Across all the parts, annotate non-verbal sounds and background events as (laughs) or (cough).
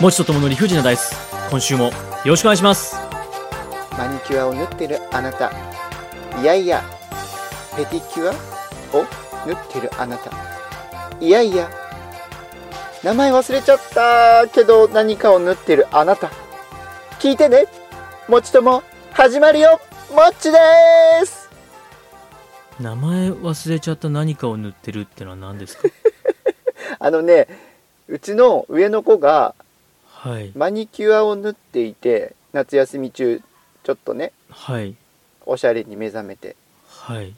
もちとともの理不尽なダイス今週もよろしくお願いしますマニキュアを縫ってるあなたいやいやペディキュアを縫ってるあなたいやいや名前忘れちゃったけど何かを縫ってるあなた聞いてねもちとも始まるよもっちです名前忘れちゃった何かを塗ってるってのは何です (laughs) かあのねうちの上の子がはいマニキュアを縫っていて夏休み中ちょっとねはいおしゃれに目覚めてはい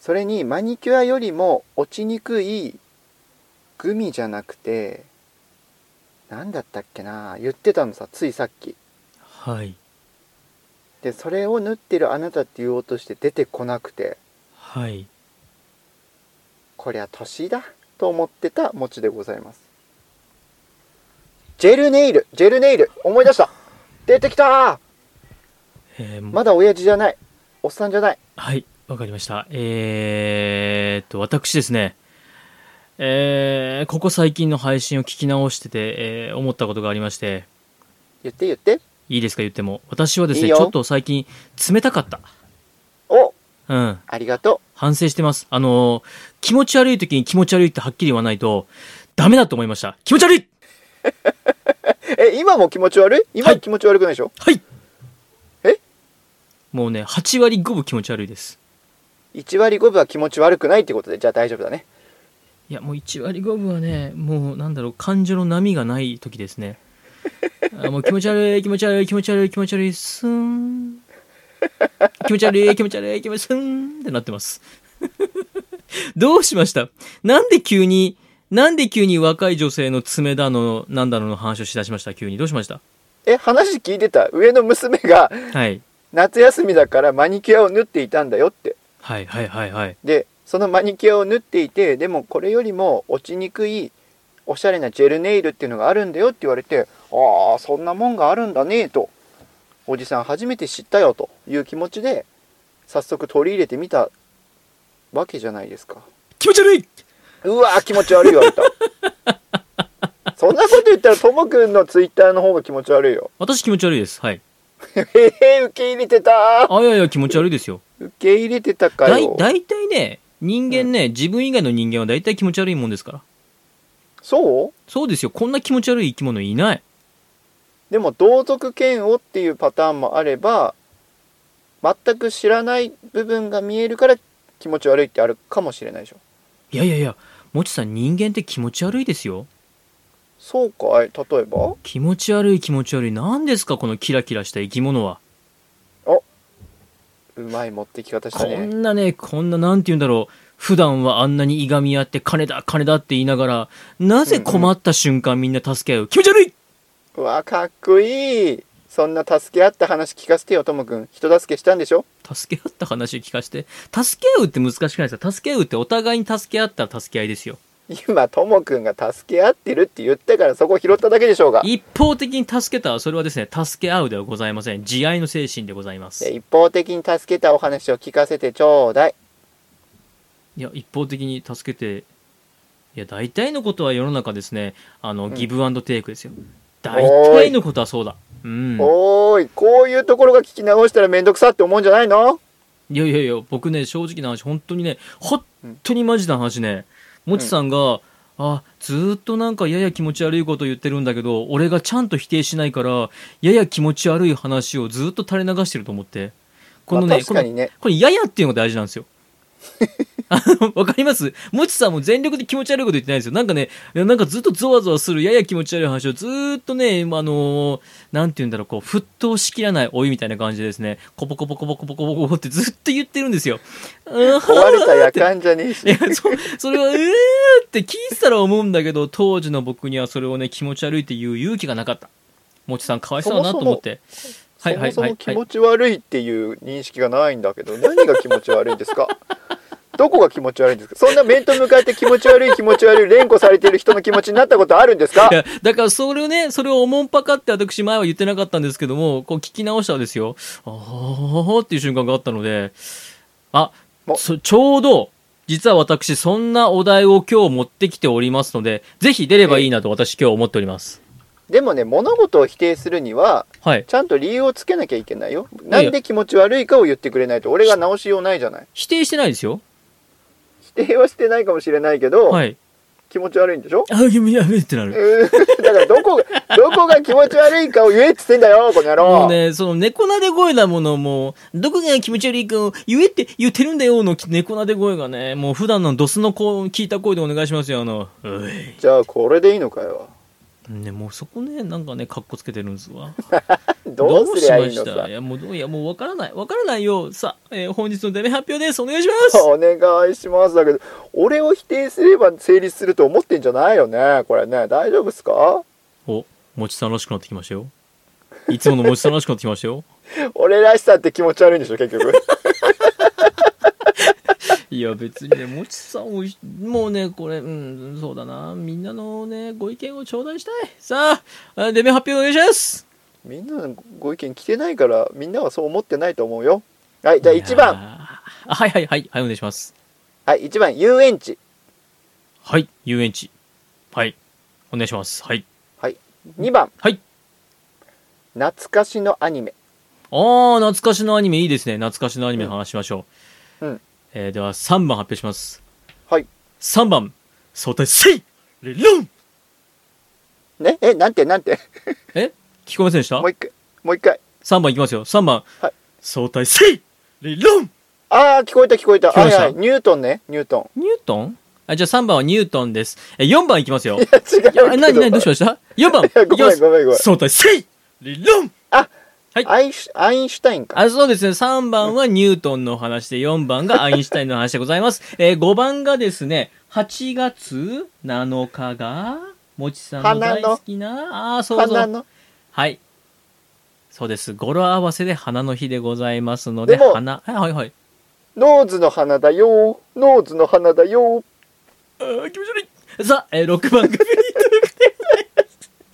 それにマニキュアよりも落ちにくいグミじゃなくて何だったっけな言ってたのさついさっきはいでそれを縫ってるあなたって言おうとして出てこなくてはいこりゃ年だと思ってた餅でございますジェルネイルジェルネイル思い出した出てきたえー、まだ親父じゃないおっさんじゃないはいわかりましたえー、っと私ですねえー、ここ最近の配信を聞き直してて、えー思ったことがありまして言って言っていいですか言っても私はですいねいよちょっと最近冷たかったおうんありがと反省してます。あのー気持ち悪い時に気持ち悪いってはっきり言わないと、ダメだと思いました。気持ち悪いうえ今も気持ち悪い今はい気持ち悪くないでしょ、はいえもうね、8割5分気持ち悪いです。 1割5分は気持ち悪くないってことでじゃあ大丈夫だねいや、もう1割5分はね、もうなんだろう、感情の波がない時ですね。あもう気持ち悪い、気持ち悪い、気持ち悪い、気持ち悪い、スーン。気持ち悪い、気持ち悪い、気持ち悪い、スーンってなってます。 (laughs) どうしましたなんで急に、なんで急に若い女性の爪だの、なんだのの話をしだしました急に。どうしましたえ話聞いてた上の娘が (laughs) はい。夏休みだからマニキュアを縫っていたんだよってはいはいはいはい。でそのマニキュアを縫っていてでもこれよりも落ちにくいおしゃれなジェルネイルっていうのがあるんだよって言われてああそんなもんがあるんだねとおじさん初めて知ったよという気持ちで早速取り入れてみたわけじゃないですか気持ち悪いうわー気持ち悪いわれたそんなこと言ったらともくんのツイッターの方が気持ち悪いよ私気持ち悪いです。はい。ええ受け入れてたーあ、いやいや気持ち悪いですよ。受け入れてたかだいよ、大体ね、人間ね、自分以外の人間は大体気持ち悪いもんですから。そうそうですよ。こんな気持ち悪い生き物いない。でも同族嫌悪っていうパターンもあれば全く知らない部分が見えるから気持ち悪いってあるかもしれないでしょいやいやいや、もちさん人間って気持ち悪いですよ。そうかい例えば気持ち悪い気持ち悪い。何ですかこのキラキラした生き物は。うまい持ってき方したこねんなね、こんななんて言うんだろう。普段はあんなにいがみ合って金だ金だって言いながら、なぜ困った瞬間みんな助け合う。気持ち悪いうわかっこいいそんな助け合った話聞かせてよともくん人助けしたんでしょ助け合った話を聞かせて助け合うって難しくないですか助け合うってお互いに助け合ったら助け合いですよ今ともくんが助け合ってるって言ったからそこ拾っただけでしょうが一方的に助けたはそれはですね助け合うではございません慈愛の精神でございまです一方的に助けたお話を聞かせてちょうだいいや一方的に助けていや大体のことは世の中ですねあのギブアンドテイクですよ大体のことはそうだうんおーいこういうところが聞き直したらめんどくさって思うんじゃない (laughs) のいやいやいや僕ね正直な話本当にね本当にマジな話ねもちさんが、あずーっとなんかやや気持ち悪いこと言ってるんだけど俺がちゃんと否定しないからやや気持ち悪い話をずーっと垂れ流してると思ってこのまあね,、確かにねこのこれややっていうのが大事なんですよあの (laughs) わかりますもちさんも全力で気持ち悪いこと言ってないんですよなんかねなんかずっとゾワゾワするやや気持ち悪い話をずーっとね、あのーなんて言うんだろう、こう、沸騰しきらないお湯みたいな感じでですね、コポコポコポコポコポコポってずっと言ってるんです (laughs) よ。うん (laughs) 壊れた夜間じゃねえしいや、そ、それは、うーって聞いてたら思うんだけど、当時の僕にはそれをね、気持ち悪いっていう勇気がなかった。もちさん、かわいそうだなと思って。はそいはもいそはもい気はい。持ち悪いっていう認識がないんだけど何が気持ち悪いんですか (laughs) どこが気持ち悪いんですかそんな面と向かって気持ち悪い気持ち悪い連呼されている人の気持ちになったことあるんですかいやだからそれをね、それをおもんぱかって私前は言ってなかったんですけども、こう聞き直したらですよ、あーっていう瞬間があったので、あ、もそちょうど、実は私そんなお題を今日持ってきておりますので、ぜひ出ればいいなと私今日思っております。でもね物事を否定するにははい。ちゃんと理由をつけなきゃいけないよやないやんで気持ち悪いかを言ってくれないと俺が直しようないじゃない否定してないですよ。否定はしてないかもしれないけど、はい。気持ち悪いんでしょ (laughs) あ、やめやめってなうる。ーだからどこがどこが気持ち悪いかを言えっつってんだよこの野も郎うね、その猫なで声だもの、もう、どこが気持ち悪いかを言えって言ってるんだよの猫なで声がね、もう普段のドスの声を聞いた声でお願いしますよ、あの、うい。じゃあこれでいいのかよね、もうそこね、なんかね、かっこつけてるんです (laughs) わ。どうすりゃいいのどうしましたさいや、もうどう、いや、もうわからない。わからないよ。さあ、えー本日のダメ発表です。お願いします。お願いしますだけど俺を否定すれば成立すると思ってんじゃないよねこれね大丈夫っすかお、もちさんらしくなってきましたよ。いつものもちさんらしくなってきましたよ。俺らしさって気持ち悪いんでしょ結局 (laughs) いや、別にね、もちさんを、もうね、これ、うん、そうだな。みんなのね、ご意見を頂戴したい。さあ、デメ発表お願いします。みんなのご意見聞けないからみんなはそう思ってないと思うよはいじゃあ1番あー。あはいはいはい、はい、お願いします。はい1番遊園地はい、遊園地。はい、お願いします。はい。 2番はい。懐かしのアニメあー、懐かしのアニメいいですね。懐かしのアニメの話しましょう。うんえー、では、3番発表します。はい3番、相対せいレロンねえなんてなんてえ聞こえませんでしたもう一回もう一回 ?3 番いきますよ。3番、はい相対せいレロンああ聞こえた聞こえた聞こえましたはいはいニュートンねニュートンニュートンあ、じゃあ3番はニュートンです。え、4番いきますよ。 (laughs) いや違うけどあ、なになにどうしました ?4 番いいやごきめんますごめんごめん相対せいレロンアインシュアインシュタインかあそうですね。3番はニュートンの話で、4番がアインシュタインの話でございます。 (laughs) えー、5番がですね、8月7日が、もちさんの大好きな、ああー、そうそ花う。のはい。そうです。語呂合わせで花の日でございますので、でも花、はいはいはい。ノーズの花だよノーズの花だよあー気持ち悪い。さあ、えー、6番組にということ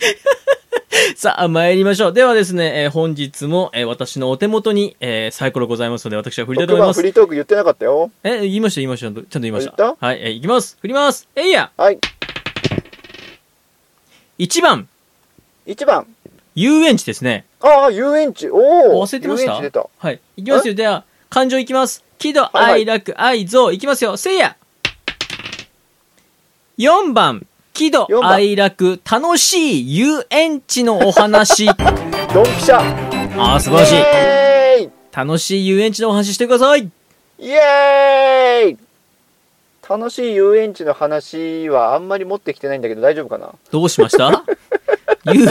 で (laughs) さあ、参りましょう。ではですね、えー本日も、えー私のお手元に、えーサイコロございますので、私は振りたいと6思い番ますフ。リートーク言ってなかったよえ、言いました、言いました。ちゃんとちゃんと言いました。言っはい、えー、いきます。振ります。えいやはい !1 番、 1番遊園地ですね。ああ遊園地おお忘れてました遊園地出たはい。いきますよ。では、感情いきます。喜怒はいはい哀楽愛憎。いきますよ。せいや !4 番、喜怒四番哀楽楽しい遊園地のお (laughs) 話。あドンピシャー、素晴らしい。イエーイ楽しい遊園地のお話してください。イエーイ楽しい遊園地の話はあんまり持ってきてないんだけど大丈夫かなどうしました (laughs) 遊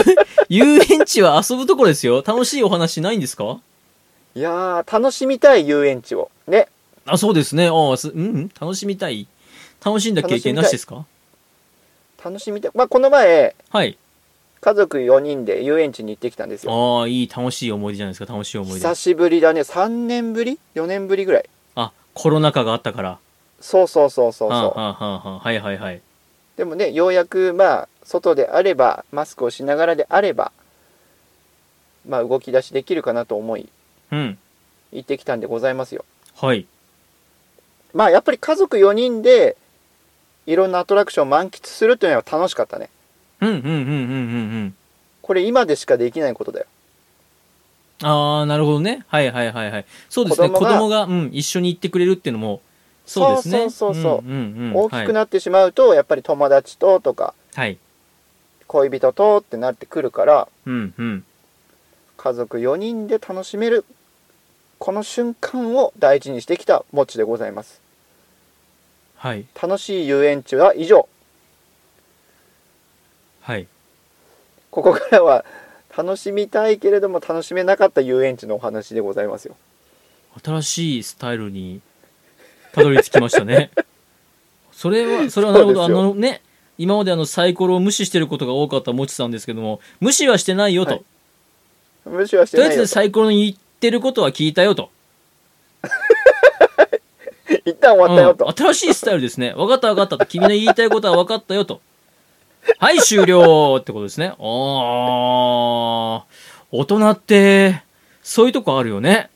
遊園地は遊ぶとこですよ。楽しいお話ないんですかいやー楽しみたい遊園地をねあ、そうですね。ああ、す、うんうん、楽しみたい。楽しんだ経験なしですか楽しみたいまあこの前はい。家族4人で遊園地に行ってきたんですよああ、いい、楽しい思い出じゃないですか。楽しい思い出久。しぶりだね3年ぶり4年ぶりぐらいあ、コロナ禍があったから。そうそうそうそうはんそうはんはんはんはいはいはい。でもねようやくまあ外であればマスクをしながらであればまあ動き出しできるかなと思いうん。行ってきたんでございますよはい。まあやっぱり家族4人でいろんなアトラクションを満喫するというのは楽しかったねうんうんうんうんうんうん。これ今でしかできないことだよああ、なるほどね。はいはいはいはい。そうですね。子子供供ががうん、一緒に行ってくれるっていうのも、そうですね。そうそうそうそうんうんうん、大きくはい。なってしまうとやっぱり友達ととかはい。恋人とってなってくるからうんうん。家族4人で楽しめるこの瞬間を大事にしてきたもちでございますはい。楽しい遊園地は以上はい。ここからは楽しみたいけれども楽しめなかった遊園地のお話でございますよ。新しいスタイルにたどり着きました (laughs) ねそれはそれはなるほどあそうですよのね今まであのサイコロを無視してることが多かったもちさんですけども無視はしてないよと、はい無視はしてとりあなえいずよサイコロに言ってることは聞いたよと一旦終わったよと。うん新しいスタイルですね分かった分かったと君の言いたいことは分かったよとはい終了ってことですねああ大人ってそういうとこあるよね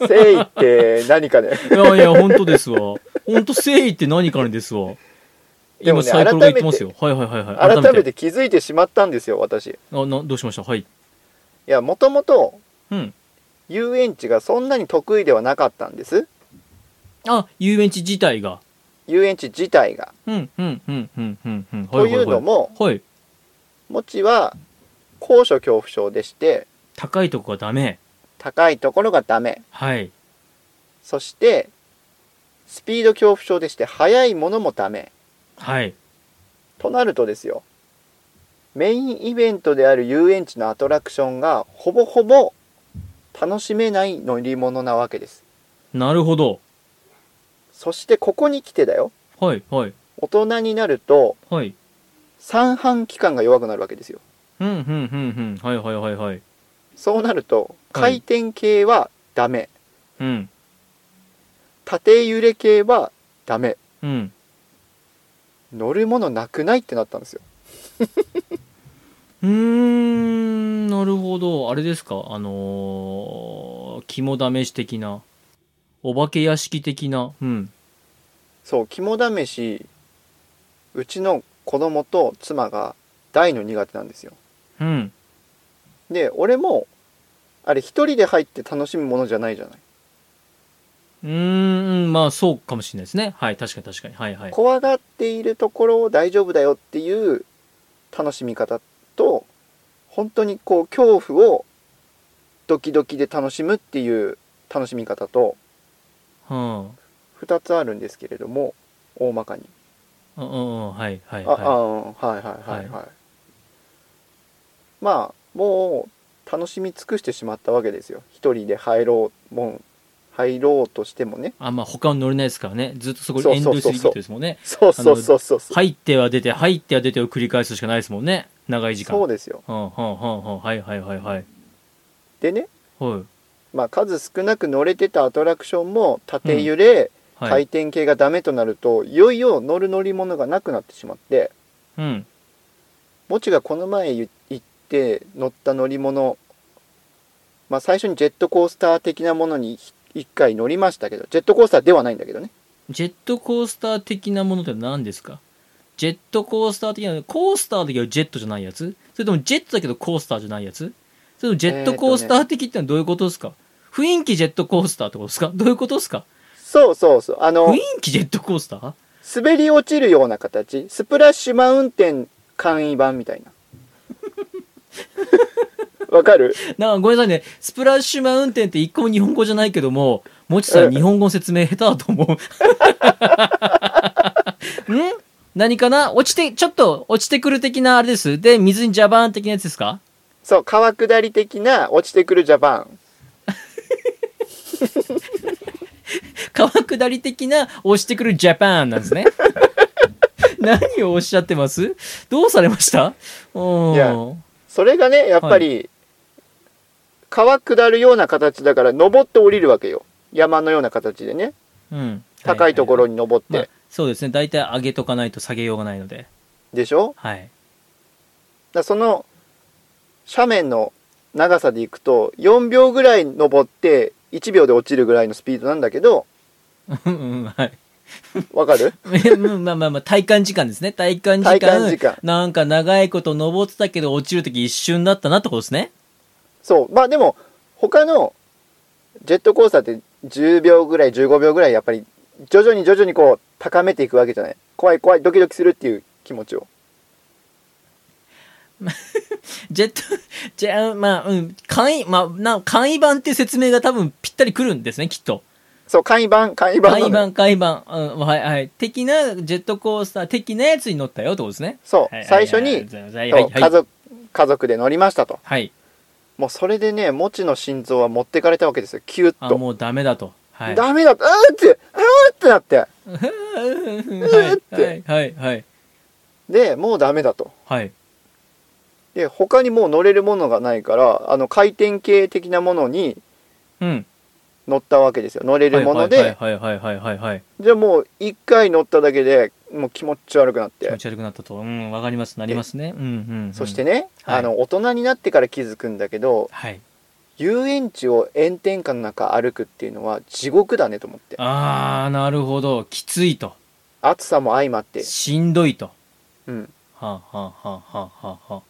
誠意って何かね。 (laughs) いやいや、本当ですわ。本当誠意って何かねですわ。で今もねサイコロが言ってますよ。はいはいはいはい。改めて気づいてしまったんですよ私いあな、どうしましたはい。やもともとうん。遊園地がそんなに得意ではなかったんですあ、遊園地自体が。遊園地自体がうん、うん、うん、うん、うん、うん。はといいうのはもい。はい。もちは高所恐怖症でして高いとこがダメ。高いところがダメはい。そしてスピード恐怖症でして速いものもダメはい。となるとですよメインイベントである遊園地のアトラクションがほぼほぼ楽しめない乗り物なわけですなるほど。そしてここに来てだよはい、はい、大人になるとはい。三半期間が弱くなるわけですようん、うん、うん、うん。はい、はい、はい、はい。そうなるとはい回転系はダメうん、縦揺れ系はダメうん。乗るものなくないってなったんですようーん、なるほど。あれですかあのー、肝試し的な。お化け屋敷的な。うん。そう肝試しうちの子供と妻が大の苦手なんですようん。で俺もあれ一人で入って楽しむものじゃないじゃない、うーん、まあそうかもしれないですね。はい、確かに確かに。はいはい。怖がっているところを大丈夫だよっていう楽しみ方と本当にこう恐怖をドキドキで楽しむっていう楽しみ方とうん。 2つあるんですけれども大まかに、うんうんうん、はいはいああはうんはいはいはいはい、はまあもう楽しみ尽くしてしまったわけですよ一人で入ろうもん入ろうとしてもねい。あ、まあ他は乗れないですからね。ずっとそこそうでそエうンドそうレスリキッドですもんね。そうそうそうそうそう、入っては出て、入っては出てを繰り返すしかないですもんね。長い時間。そううですよんうんうんうん。はいはいはいはい。でね、はい。まあ、数少なく乗れてたアトラクションも縦揺れ、は回い。転系がダメとなるといよいよ乗る乗り物がなくなってしまってうん。もちがこの前言行って乗った乗り物、まあ、最初にジェットコースター的なものに一回乗りましたけどジェットコースターではないんだけどねジェットコースター的なものって何ですかジェットコースター的な、コースターだけどジェットじゃないやつそれともジェットだけどコースターじゃないやつそれともジェットコースター的ってのはどういうことですか、雰囲気ジェットコースターってことですかどういうことですかそうそうそうあの雰囲気ジェットコースター滑り落ちるような形スプラッシュマウンテン簡易版みた (laughs) いなわかるなんかごめんなさいね。スプラッシュマウンテンって一個も日本語じゃないけども、もちさうんん日本語の説明下手だと思う。ん (laughs) 何かな落ちて、ちょっと落ちてくる的なあれです。で、水にジャバーン的なやつですかそう川下り的な落ちてくるジャパン川下り的な押してくるジャパンなんですね。 (laughs) 何をおっしゃってますどうされましたうん。いやそれがねやっぱり、川下るような形だから登って降りるわけよ山のような形でねうん。高いところろに登って、まあ、そうですね。大体上げとかないと下げようがないので。でしょはい。だからその斜面の長さでいくと4秒ぐらい登って1秒で落ちるぐらいのスピードなんだ (laughs) けどうんうん、はい。わかるえうんまあまあまあ、体感時間ですね。体感時間。体感時間なんか長いこと登ってたけど落ちるとき一瞬だったなってことですね。そうまあでも他のジェットコースターって10秒ぐらい15秒ぐらいやっぱり徐々に徐々にこう高めていくわけじゃない怖い怖いドキドキするっていう気持ちをジェット、じゃあ、まあ、うん、簡易、まあ、な、簡易版っていう説明が多分ぴったりくるんですね、きっと。そう簡易版簡易版な簡の易版、簡易版。うん、はいはい。的な、ジェットコースター的なやつに乗ったよってことですね。そう、はい最初に、はいはいそうはいは家い。族家族で乗りましたとはい。もうそれでねもちの心臓は持ってかれたわけですよキュッあ、と、もうダメだと。はい。ダメだってあーってあーってなってはいはいはいはい。でもうダメだとはい。で他にもう乗れるものがないからあの回転系的なものにうん。乗ったわけですよ乗れるもので、はいはいはいはいはいはい。じゃあもう1回乗っただけでもう気持ち悪くなっ気て持ち悪くなったと。うん、わかります。なりますね。うんうん、うん。そして。ね、はいあの大人になってから気づくんだけどはい。遊園地を炎天下の中歩くっていうのは地獄だねと思ってあー、なるほど。きついと。暑さも相まって、しんどいと。うん、はあ、はあはあはあはあは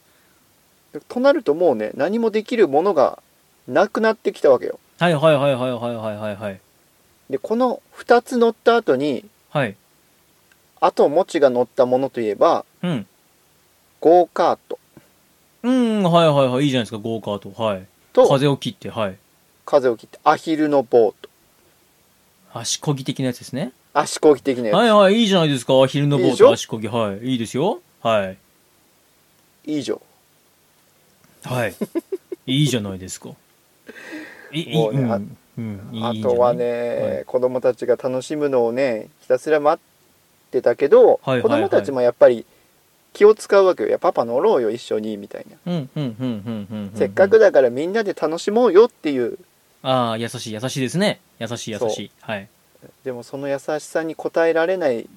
あ、となるともうね何もできるものがなくなってきたわけよはいはいはいはいはいはいはいはい。でこの2つ乗った後にはい。あと餅が乗ったものといえばうん。ゴーカートうん、はいはいはい。いいじゃないですか、ゴーカート。はい。と風を切って、はい。風を切ってアヒルのボート足こぎ的なやつですね。足こぎ的なやつ、はいはい、いいじゃないですか。昼のいいボでーしょト、足こぎ。はい。いいですよ。はい。以上はい。 (laughs) いいじゃないですか。いい、もうねうあん。うん、いいあいいんじゃないとはね、はい子供たちが楽しむのをねひたすら待ってたけど、はいはいはい子供たちもやっぱり気を使うわけよいやパパ乗ろうよ一緒にみたいな、うんうんうんうんうんうんうんせっかくだからみんなで楽しもうよっていうああ優しい優しいですね優しい優しいはいでもその優しさに応えられない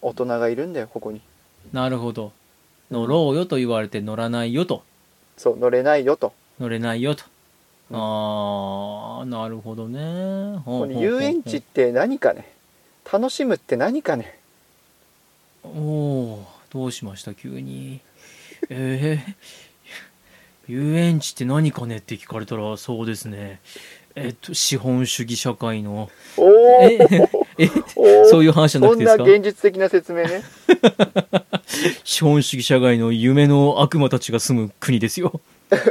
大人がいるんだよここになるほど乗ろうよと言われて乗らないよとそう乗れないよと乗れないよと、うんああなるほどねほうほうほうこのほう遊園地って何かね楽しむって何かねおおどうしました急にええ遊園地って何かねって聞かれたらそうですねえっと資本主義社会のおおええ (laughs) おそういういう話じゃなそくんてでなすか現実的な説明ね (laughs) 資本主義社会の夢の悪魔たちが住む国ですよ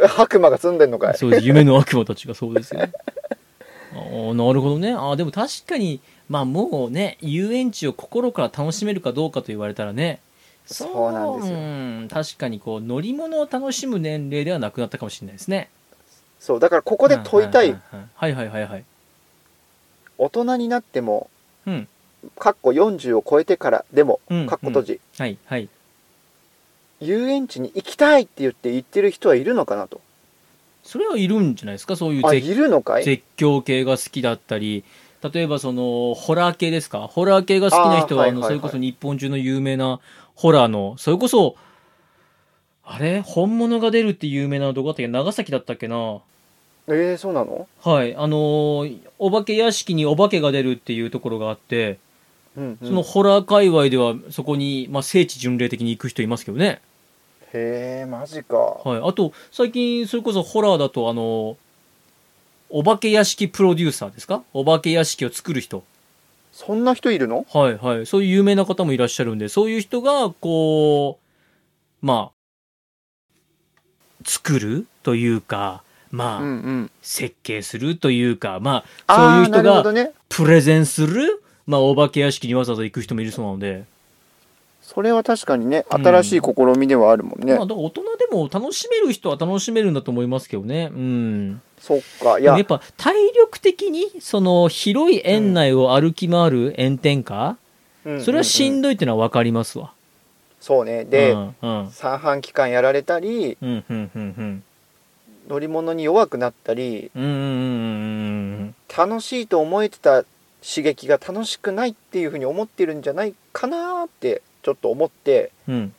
白馬が住んでんのかいそうです夢の悪魔たちがそうですよあーなるほどねあーでも確かにまあもうね遊園地を心から楽しめるかどうかと言われたらねそうなんですようん確かにこう乗り物を楽しむ年齢ではなくなったかもしれないですねそうだからこここで問いたいはいはいはいはい大人になってもうんかっこ40を超えてからでもうんかっこ閉じはいはい遊園地に行きたいって言って言ってる人はいるのかなとそれはいるんじゃないですかそういうあ絶いるのかい絶叫系が好きだったり例えばそのホラー系ですかホラー系が好きな人はあーあのはそいはいはいれこそ日本中の有名なホラーのそれこそあれ本物が出るって有名なのどこだったっけ長崎だったっけなえー、そうなのはいあのーお化け屋敷にお化けが出るっていうところがあってうん、うそん、のへホラー界隈ではそこに、まあ、聖地巡礼的に行く人いますけどね、えマジかはい、あと最近それこそホラーだとあのーお化け屋敷プロデューサーですかお化け屋敷を作る人そんな人いるのはいはい。そういう有名な方もいらっしゃるんで、そういう人が、こう、まあ、作るというか、まあ、うんうん設計するというか、まああ、あそういなう人るほどがねプレゼンする、まあ、お化け屋敷にわざわざ行く人もいるそうなので、それは確かにねうん新しい試みではあるもんね、まあ、だから大人でも楽しめる人は楽しめるんだと思いますけどね。うん。そっかいでもややっぱ、体力的に、その、広い園内を歩き回る炎天下、それはしうんんうんどいっていうのはわかりますわ。そうねで、うん、うん。三半規管やられたりうん、うん、うん、うん。乗り物に弱くなったりうんうんうんうん楽しいと思えてた刺激が楽しくないっていうふうに思ってるんじゃないかなーってちょっと思ってうん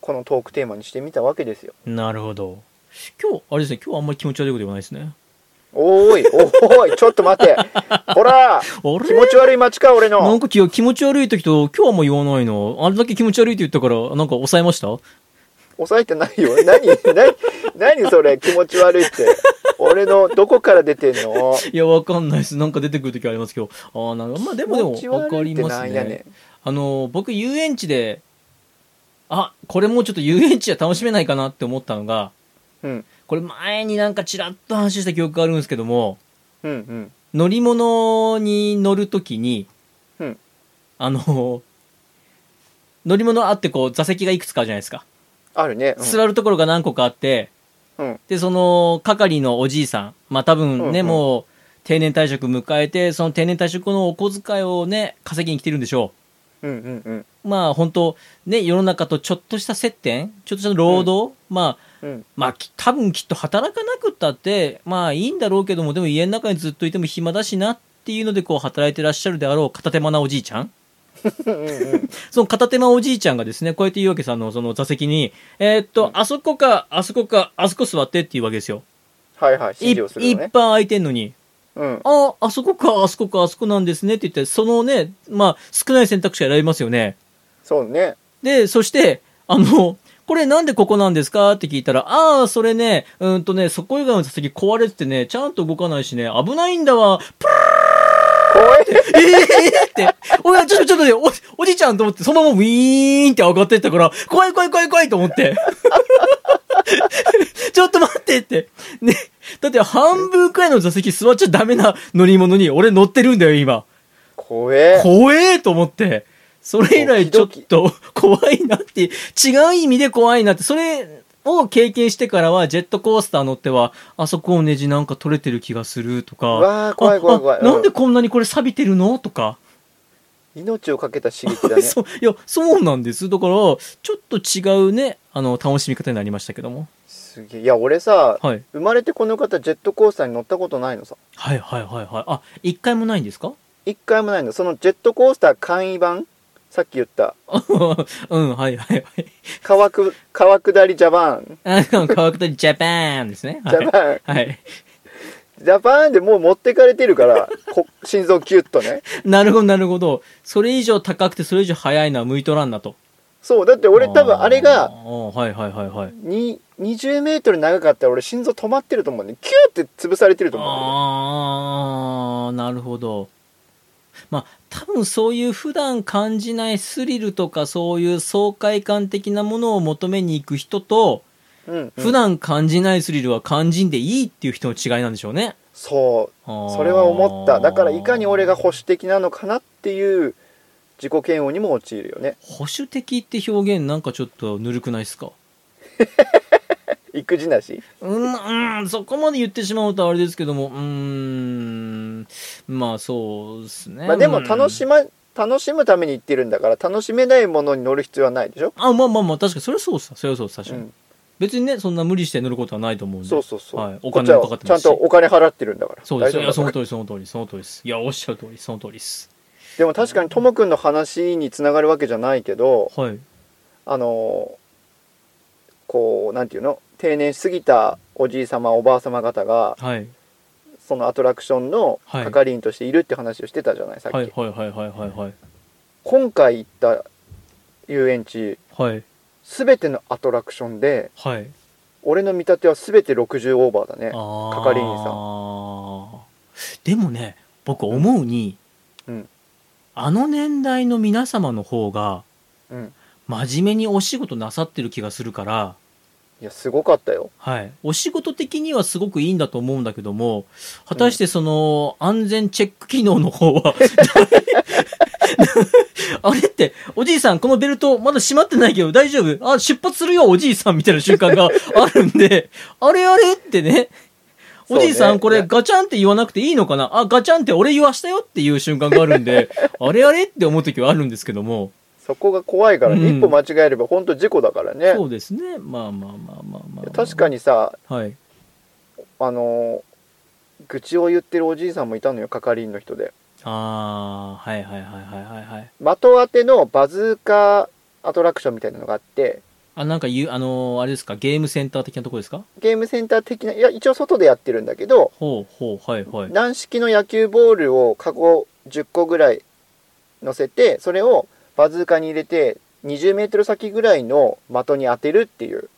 このトークテーマにしてみたわけですようんなるほど今日あれですね今日あんまり気持ち悪いこと言わないですねおーい (laughs) おーいちょっと待ってほらあ気れ持ち悪い街か俺なのんか気気持ち悪い時と今日はあんま言わないのあれだけ気持ち悪いって言ったからなんか抑えました抑えてないよ何何何それ気持ち悪いって俺のどこから出てんのいやわかんないですなんか出てくる時ありますけどあーなんかまあでもでも気持ちわ悪かいりってますなんやねねあの僕遊園地であこれもうちょっと遊園地じゃ楽しめないかなって思ったのがうんこれ前になんかちらっと話した記憶があるんですけどもうんうん乗り物に乗るときに、うんあの、乗り物あってこう座席がいくつかあるじゃないですか。あるね、うん座るところが何個かあって、うんで、その、係のおじいさん、まあ多分ね、うんうんもう、定年退職迎えて、その定年退職後のお小遣いをね、稼ぎに来てるんでしょうんうんうんう。まあ本当ね、世の中とちょっとした接点、ちょっとした労働、まあ、うんまあ、き多分きっと働かなくったって、まあいいんだろうけども、でも家の中にずっといても暇だしなっていうので、こう働いてらっしゃるであろう片手間なおじいちゃん。うんうんその片手間おじいちゃんがですね、こうやって言うわけさんのその座席に、えーっと、あそこか、あそこか、あそこ座ってっていうわけですよ。はいはいい指示をするいのっぱいね空いてんのに。うん。ああ、あそこか、あそこか、あそこなんですねって言って、そのね、まあ、少ない選択肢が選びますよね。そうね。で、そして、あの、これなんでここなんですかって聞いたら、ああ、それね、うーんとね、そこ以外の座席壊れててね、ちゃんと動かないしね、危ないんだわ、プ怖い。ルーって、えーって、おや、ちょっと、ちょっとね、お、おじちゃんと思って、そのままウィーンって上がってったから、怖い怖い怖い怖いと思って。 (laughs) ちょっと待ってって。ね、だって半分くらいの座席座っちゃダメな乗り物に俺乗ってるんだよ、今。怖え。怖えと思って、それ以来ちょっと怖いなって、違う意味で怖いなって、それを経験してからは、ジェットコースター乗っては、あそこをネジなんか取れてる気がするとか、わあ、怖い怖い怖い。ああなんでうんこんなにこれ錆びてるのとか、命をかけた刺激だ (laughs) ね。そう、いや、そうなんです。だから、ちょっと違うね、あの、楽しみ方になりましたけども。すげえ。いや、俺さ、はい。生まれてこの方、ジェットコースターに乗ったことないのさ。はいはいはいはい。あ、一回もないんですか (laughs) 一回もないの。そのジェットコースター簡易版さっき言った。うん、はいはいはい。川く、 (laughs) 川下りジャパン。あの、川下りジャパンですね。ジはいャ。パン。はい。ジャパンでもう持ってかれてるから、こ心臓キュッとね。 (laughs) なるほど、なるほど。それ以上高くて、それ以上早いのは向いとらんなと。そう、だって俺多分ーあれが、ーはいはいはいはい。に20メートル長かったら俺心臓止まってると思うね。キューって潰されてると思う。ああ、なるほど。まあ、多分そういう普段感じないスリルとかそういう爽快感的なものを求めに行く人と、うん、うん普段感じないスリルは感じんでいいっていう人の違いなんでしょうね。そう、そそれは思った。だからいかに俺が保守的なのかなっていう自己嫌悪にも陥るよね。保守的って表現なんかちょっとぬるくないですか育児なし。うん、うん、そこまで言ってしまうとあれですけども、うーん、まあそうですね。まあでも楽しむ。ま、楽しむために行ってるんだから楽しめないものに乗る必要はないでしょ。あ、まあまあまあ、確かに、それはそうさ、それはそうさ、確かうに。ん、別にね、そんな無理して乗ることはないと思うんで。そうそうそう。はいおこっ金ちはもかかってちゃまんすしとお金払ってるんだから。そうです。い大丈夫だや、そかのら通り、その通り、その通りです。いや、おっしゃる通り、その通りです。でも確かにともくんの話につながるわけじゃないけどはい。あのこうなんていうの定年しすぎたおじい様おばあ様方がはい。そのアトラクションのはい係員としているって話をしてたじゃないさっき、はい、はい、はい、はい、はい、はい。今回行った遊園地はい、全てのアトラクションではい。俺の見立ては全て60オーバーだねあー係員でもね、僕思うに、うんあの年代の皆様の方が、うん真面目にお仕事なさってる気がするから、いやすごかったよはい、お仕事的にはすごくいいんだと思うんだけども果たしてその安全チェック機能の方 (laughs) は (laughs) あれっておじいさんこのベルトまだ閉まってないけど大丈夫あ出発するよおじいさんみたいな瞬間 (laughs) があるんであれあれってねおじいそさうねんこれいやガチャンって言わなくていいのかなあガチャンって俺言わしたよっていう瞬間があるん (laughs) であれあれって思う時はあるんですけどもそこが怖いから、ねうん一歩間違えれば本当事故だからねそうですねまあまあまあまあまあ、まあ、確かにさはいあの愚痴を言ってるおじいさんもいたのよ係員の人でああはいはいはいはいはいはい的当てのバズーカアトラクションみたいなのがあってあ、なんか言う、あのーあれですか、ゲームセンター的なとこですかゲームセンター的ないや一応外でやってるんだけどほうほう、はいはい。軟式の野球ボールをカゴ10個ぐらい乗せてそれをバズーカに入れて20メートル先ぐらいの的に当てるっていう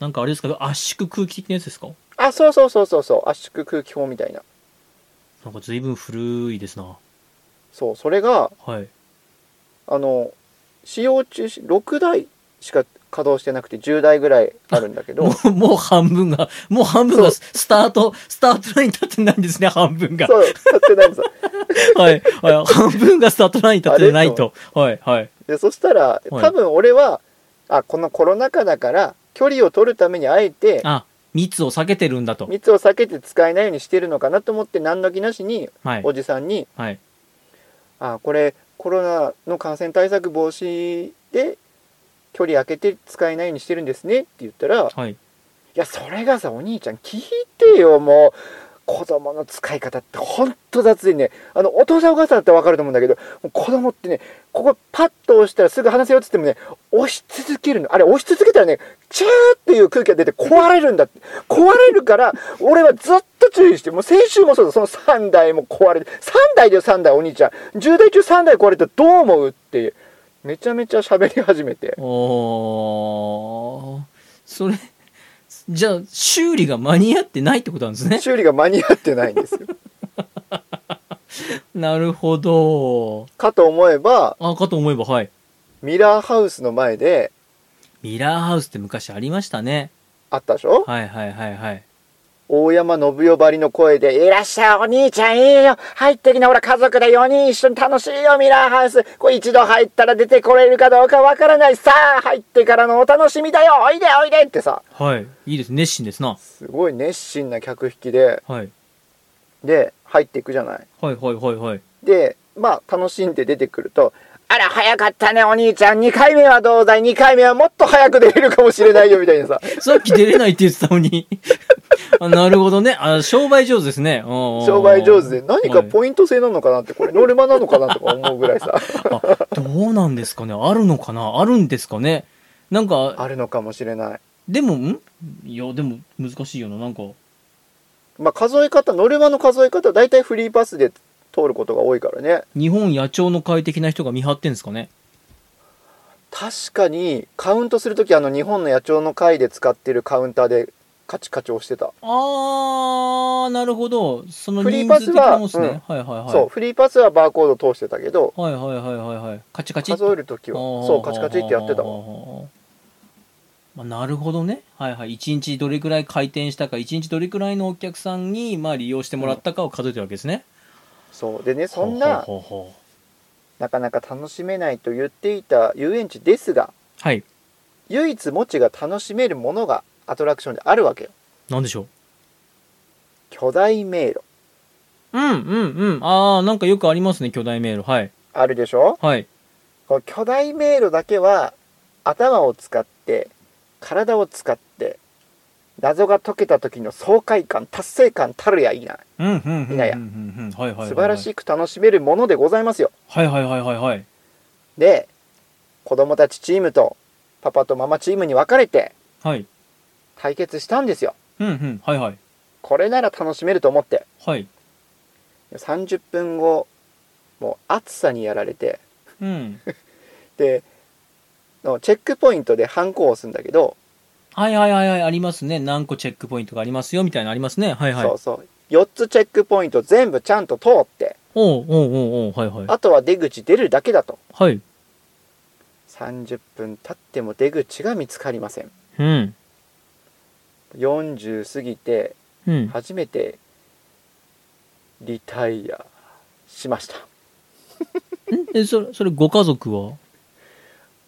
なんかあれですか、圧縮空気的なやつですかあそうそうそうそうそう圧縮空気砲みたいななんか随分古いですな。そうそれがはい。あの使用中止6台しか稼働してなくて10台ぐらいあるんだけどもう、もう半分が、もう半分がススタート、スタートラインに立ってないんですね、半分が。そう、買ってないんですよはい。はい。半分がスタートラインに立ってないと。はい、はい。で、そしたら、はい多分俺は、あ、このコロナ禍だから、距離を取るためにあえて、あ、密を避けてるんだと。密を避けて使えないようにしてるのかなと思って、何の気なしに、はいお。じさんに、はい。あ、これ、コロナの感染対策防止で、距離空けて使えないようにしてるんですねって言ったら、いはい。や、それがさ、お兄ちゃん、聞いてよ、もう。子供の使い方ってほんと雑でね、あの、お父さんお母さんだったらわかると思うんだけど、もう子供ってね、ここパッと押したらすぐ話せよって言ってもね、押し続けるの。あれ押し続けたらね、チューっていう空気が出て壊れるんだって。壊れるから、俺はずっと注意して、もう先週もそうだ、その3台も壊れて、3台だよ3台お兄ちゃん。10台中3台壊れてどう思うっていう。めちゃめちゃ喋り始めて。おーそれ、じゃあ、修理が間に合ってないってことなんですね。修理が間に合ってないんですよ。なるほど。かと思えば、あ、かと思えば、はい。ミラーハウスの前でミラーハウスって昔ありましたね。あったでしょはいはいはいはい。大山信代ばりの声で、いらっしゃいお兄ちゃんいいよ入ってきなほら家族で4人一緒に楽しいよミラーハウスこれ一度入ったら出てこれるかどうかわからないさあ入ってからのお楽しみだよおいでおいでってさ、はい。いいです。熱心ですな。すごい熱心な客引きで、はい。で、入っていくじゃない。はいはいはいはい。で、まあ楽しんで出てくると、あら早かったねお兄ちゃん2回目はどうだい2回目はもっと早く出れるかもしれないよみたいなさ、さっき出れないって言ってたのに。 (laughs) あなるほどね。あ、商売上手ですね。商商売上手で何かポイント制なのかな (laughs) ってこれノルマなのかなとか思うぐらい (laughs) さ、あどうなんですかねあるのかなあるんですかねなんか、あるのかもしれない。でも、んいや、でも難しいよな、なんか。まあ、数え方ノルマの数え方は大体フリーパスで通ることが多いからね日本野鳥の快適な人が見張ってんですかね確かにカウントするときあの日本の野鳥の会で使ってるカウンターでカチカチ押してた、あー、なるほど。そのフリ人ーパ数ス的はなもんですね。はいはいはい。そうフリーパスはバーコード通してたけどはいはいはいはいはい。カチカチ。数えるときはそうカチカチってやってたわわ。まあ、なるほどね。はいはい。一日どれくらい回転したか、一日どれくらいのお客さんに、まあ、利用してもらったかを数えてるわけですね。そうでねそんなほうほうほうほなかなか楽しめないと言っていた遊園地ですがうはい。唯一もちが楽しめるものがアトラクションであるわけよなんでしょう。巨大迷路うんうんうん。ああ、なんかよくありますね、巨大迷路。はい。あるでしょはい。この巨大迷路だけは頭を使って体を使って謎が解けた時の爽快感達成感たるやいないうんうんうんうんうんうん。いやいやはいはいはいはい。素晴らしく楽しめるものでございますよはいはいはいはいはい。で子供たちチームとパパとママチームに分かれてはい。対決したんですようんうん。はいはい。これなら楽しめると思ってはい。 30分後もう暑さにやられてうん。でのチェックポイントでハンコを押すんだけど、はいはいはいはい。ありますね。何個チェックポイントがありますよ、みたいなのありますね。はいはい。そうそう4つチェックポイント全部ちゃんと通っておうおうおうおう。はいはい。あとは出口出るだけだとはい。 30分経っても出口が見つかりませんうん。 40過ぎてうん。初めてリタイアしましたえ、それ、それご家族は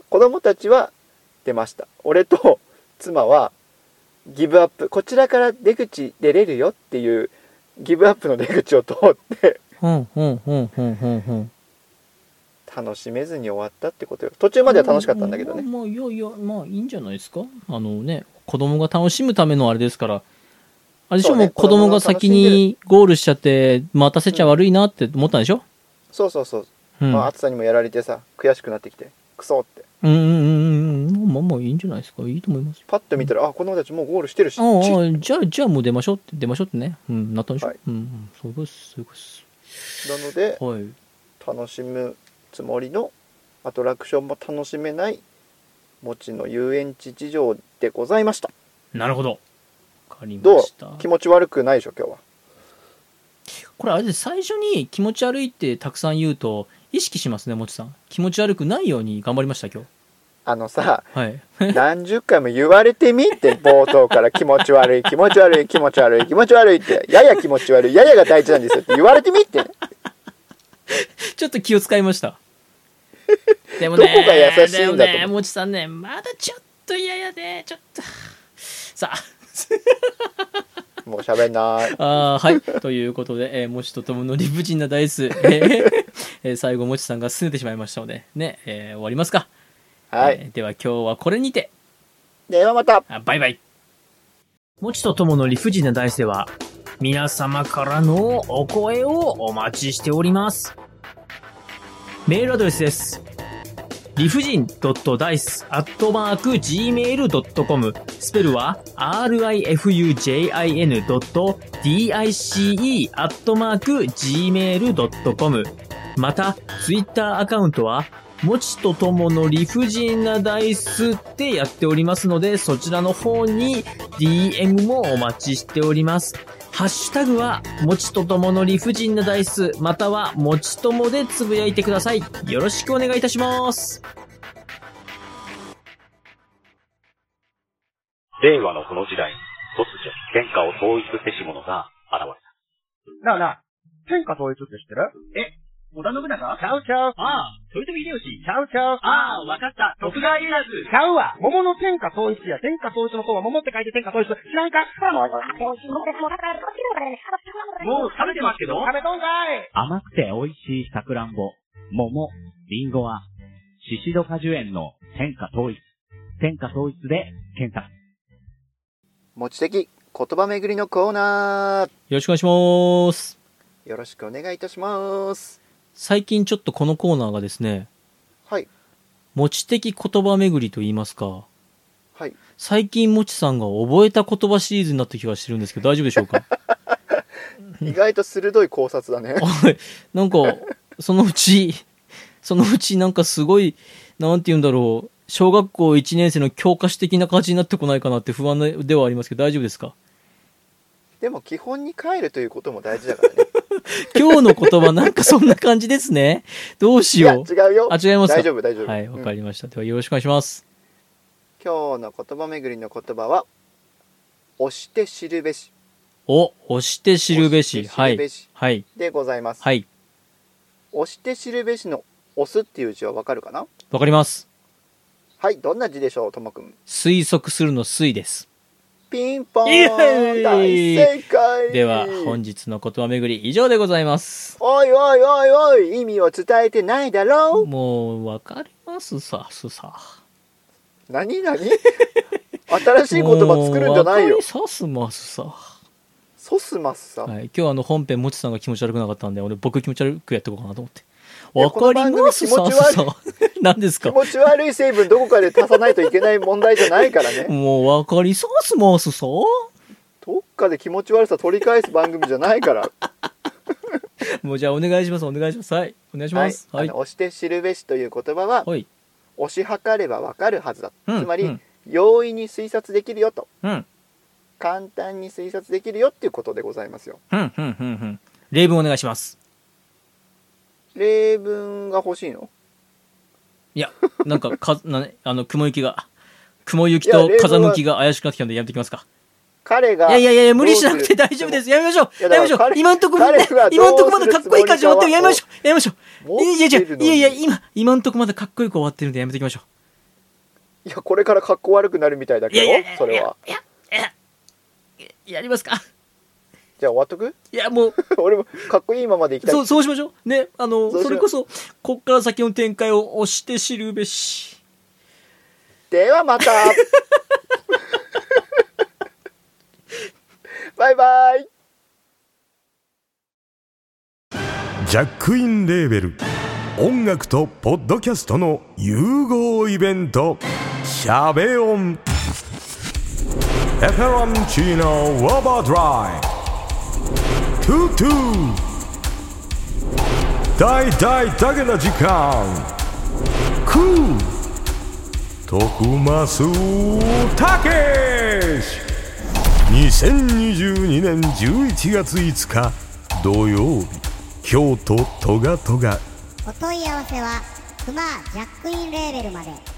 子供たちは出ました俺と妻はギブアップこちらから出口出れるよっていうギブアップの出口を通ってうんうんうんうんうんうん。楽しめずに終わったってことよ途中までは楽しかったんだけどねまあ、まあいやいや、まあいいんじゃないですか。あのね、子供が楽しむためのあれですから、あれでしょ、そうねもう子供が先にゴールしちゃって、待たせちゃ悪いなって思ったんでしょそうそうそう、うん。まあ、暑さにもやられてさ悔しくなってきてクソってうんうんうんうん。まあまあいいんじゃないですか。いいと思いますよ。パッと見たら、あ子供たちもうゴールしてるしあチッあああ、じゃあ、じゃあもう出ましょうって、出ましょうってね。うん、なったんでしょ、はいうんうん、そういうことです、そういうことです。なのではい。楽しむつもりのアトラクションも楽しめないもちの遊園地事情でございましたなるほど。わかりどまうした。気持ち悪くないでしょ今日はこれあれです、最初に気持ち悪いってたくさん言うと、意識しますね、もちさん。気持ち悪くないように頑張りました、今あのさ (laughs) 日。はい。 (laughs) 何十回も言われてみって冒頭から気持ち悪い気持ち悪い気持ち悪い気持ち悪いってやや気持ち悪いややが大事なんですよって言われてみってちょっと気を使いました。でもどこが優しいんだと思うでもね、もちさんね、まだちょっと嫌やで、ちょっと。 (laughs) さあ。もう喋んないあーはい。 (laughs) ということで、えー、もちとともの理不尽なダイス、えー (laughs) えー最後、もちさんが拗ねてしまいましたので、ね、えー終わりますか。はえいーでは今日はこれにて、ではまたあバイバイ。もちとともの理不尽なダイスでは、皆様からのお声をお待ちしております。メールアドレスです。理不尽 .dice.gmail.com スペルは rifujin.dice.gmail.com また、ツイッターアカウントは、もちとともの理不尽なダイスってやっておりますので、そちらの方に DM もお待ちしております。ハッシュタグは、もちとともの理不尽なダイス、または、もちともでつぶやいてください。よろしくお願いいたします。令和のこの時代、突如、天下を統一せし者が現れた。なあなあ、天下統一って知ってる織田信長ちゃうちゃう。ああ、豊臣秀吉。ちゃうちゃう。ああ、わかった。徳川家康。ちゃうわ。桃の天下統一や。天下統一の方は桃って書いて天下統一。知らんかもう食べてますけど食べとんかい甘くて美味しいさくらんぼ、桃、りんごは、シシド果樹園の天下統一。天下統一で検索。持ち的言葉巡りのコーナよろしくお願いします。ーよろしくお願いいたします最近ちょっとこのコーナーがですね、はい持ち的言葉巡りと言いますか、はい最近もちさんが覚えた言葉シリーズになった気がしてるんですけど、大丈夫でしょうか (laughs) 意外と鋭い考察だねおい、 (laughs) なんか、そのうち、そのうちなんかすごい、なんて言うんだろう、小学校1年生の教科書的な感じになってこないかなって不安ではありますけど、大丈夫 (laughs) ですか (laughs) でも基本に帰るということも大事 (laughs) だからね今日の言葉なんかそんな感じですね。どういしやよう。違うよあ、違いますか大丈夫大丈夫はい、わかうんりました。ではよろしくお願いします。今日の言葉巡りの言葉は押して知るべしお、押して知るべし。押して知はるいべし。はい。でございます、はい。押して知るべしの押すっていう字はわかるかなわかります。はいどんな字でしょうともくん推測するの推です。ピンポーイエーンイ大正解では、本日の言葉巡り以上でございます。おいおいおいおい意味を伝えてないだろうもう、わかりますさ、すさ。何何 (laughs) 新しい言葉作るんじゃなもうわいかよりさすますさ。ソスマスさ、はい。今日はあの、本編、もちさんが気持ち悪くなかったんで、俺、僕気持ち悪くやっていこうかなと思って。いやわかりますこさ、の番組すさ。 (laughs) 何です気か持ち悪い成分どこかで足さないといけない問題じゃないからねもう、わかりさすますさ。どっかで気持ち悪さ取り返す番組じゃないから。もう、じゃあ、お願いします。お願いします。はい。お願いしはまいす。。あはい。の押して知るべしという言葉は、はい。押し量ればわかるはずだ。うんつまり、うん容易に推察できるよと。うん。簡単に推察できるよっていうことでございますよ。うん、うん、うん、うん。例文お願いします。例文が欲しいのいや、なんか、か、なね、あの、雲行きが、雲行きと風向きが怪しくなってきたんでやめてきますか。彼いが、。やいやいや、無理しなくて大丈夫ですす。やめましょう。いややだめからましょう彼。今んとこ彼ねが、今んとこまだかっこいい感じ終わってる。どやめうするつもりかはましょう。やめましょ持う。いやいやっいてるのや、にいやいや、今、今んとこまだかっこよく終わってるんでやめてきましょいや、これから格好悪くなるみたいだけど、いやいやいやそれは。う。やりますか。じゃあ終わっとくいや、もう、 (laughs) 俺もかっこいいままでいきたい。そう、そうしましょう。ね、あの、そうしようそれこそ、こっから先の展開を押して知るべし。で (laughs) はまたバイバイジャックインレーベル音楽とポッドキャストの融合イベント「シャベオン」「エフェロンチーノウォーバードライ」「トゥトゥ」「大大だけな時間」「クー」「徳マスたけし」2022年11月5日土曜日京都トガトガお問い合わせはクマージャックインレーベルまで。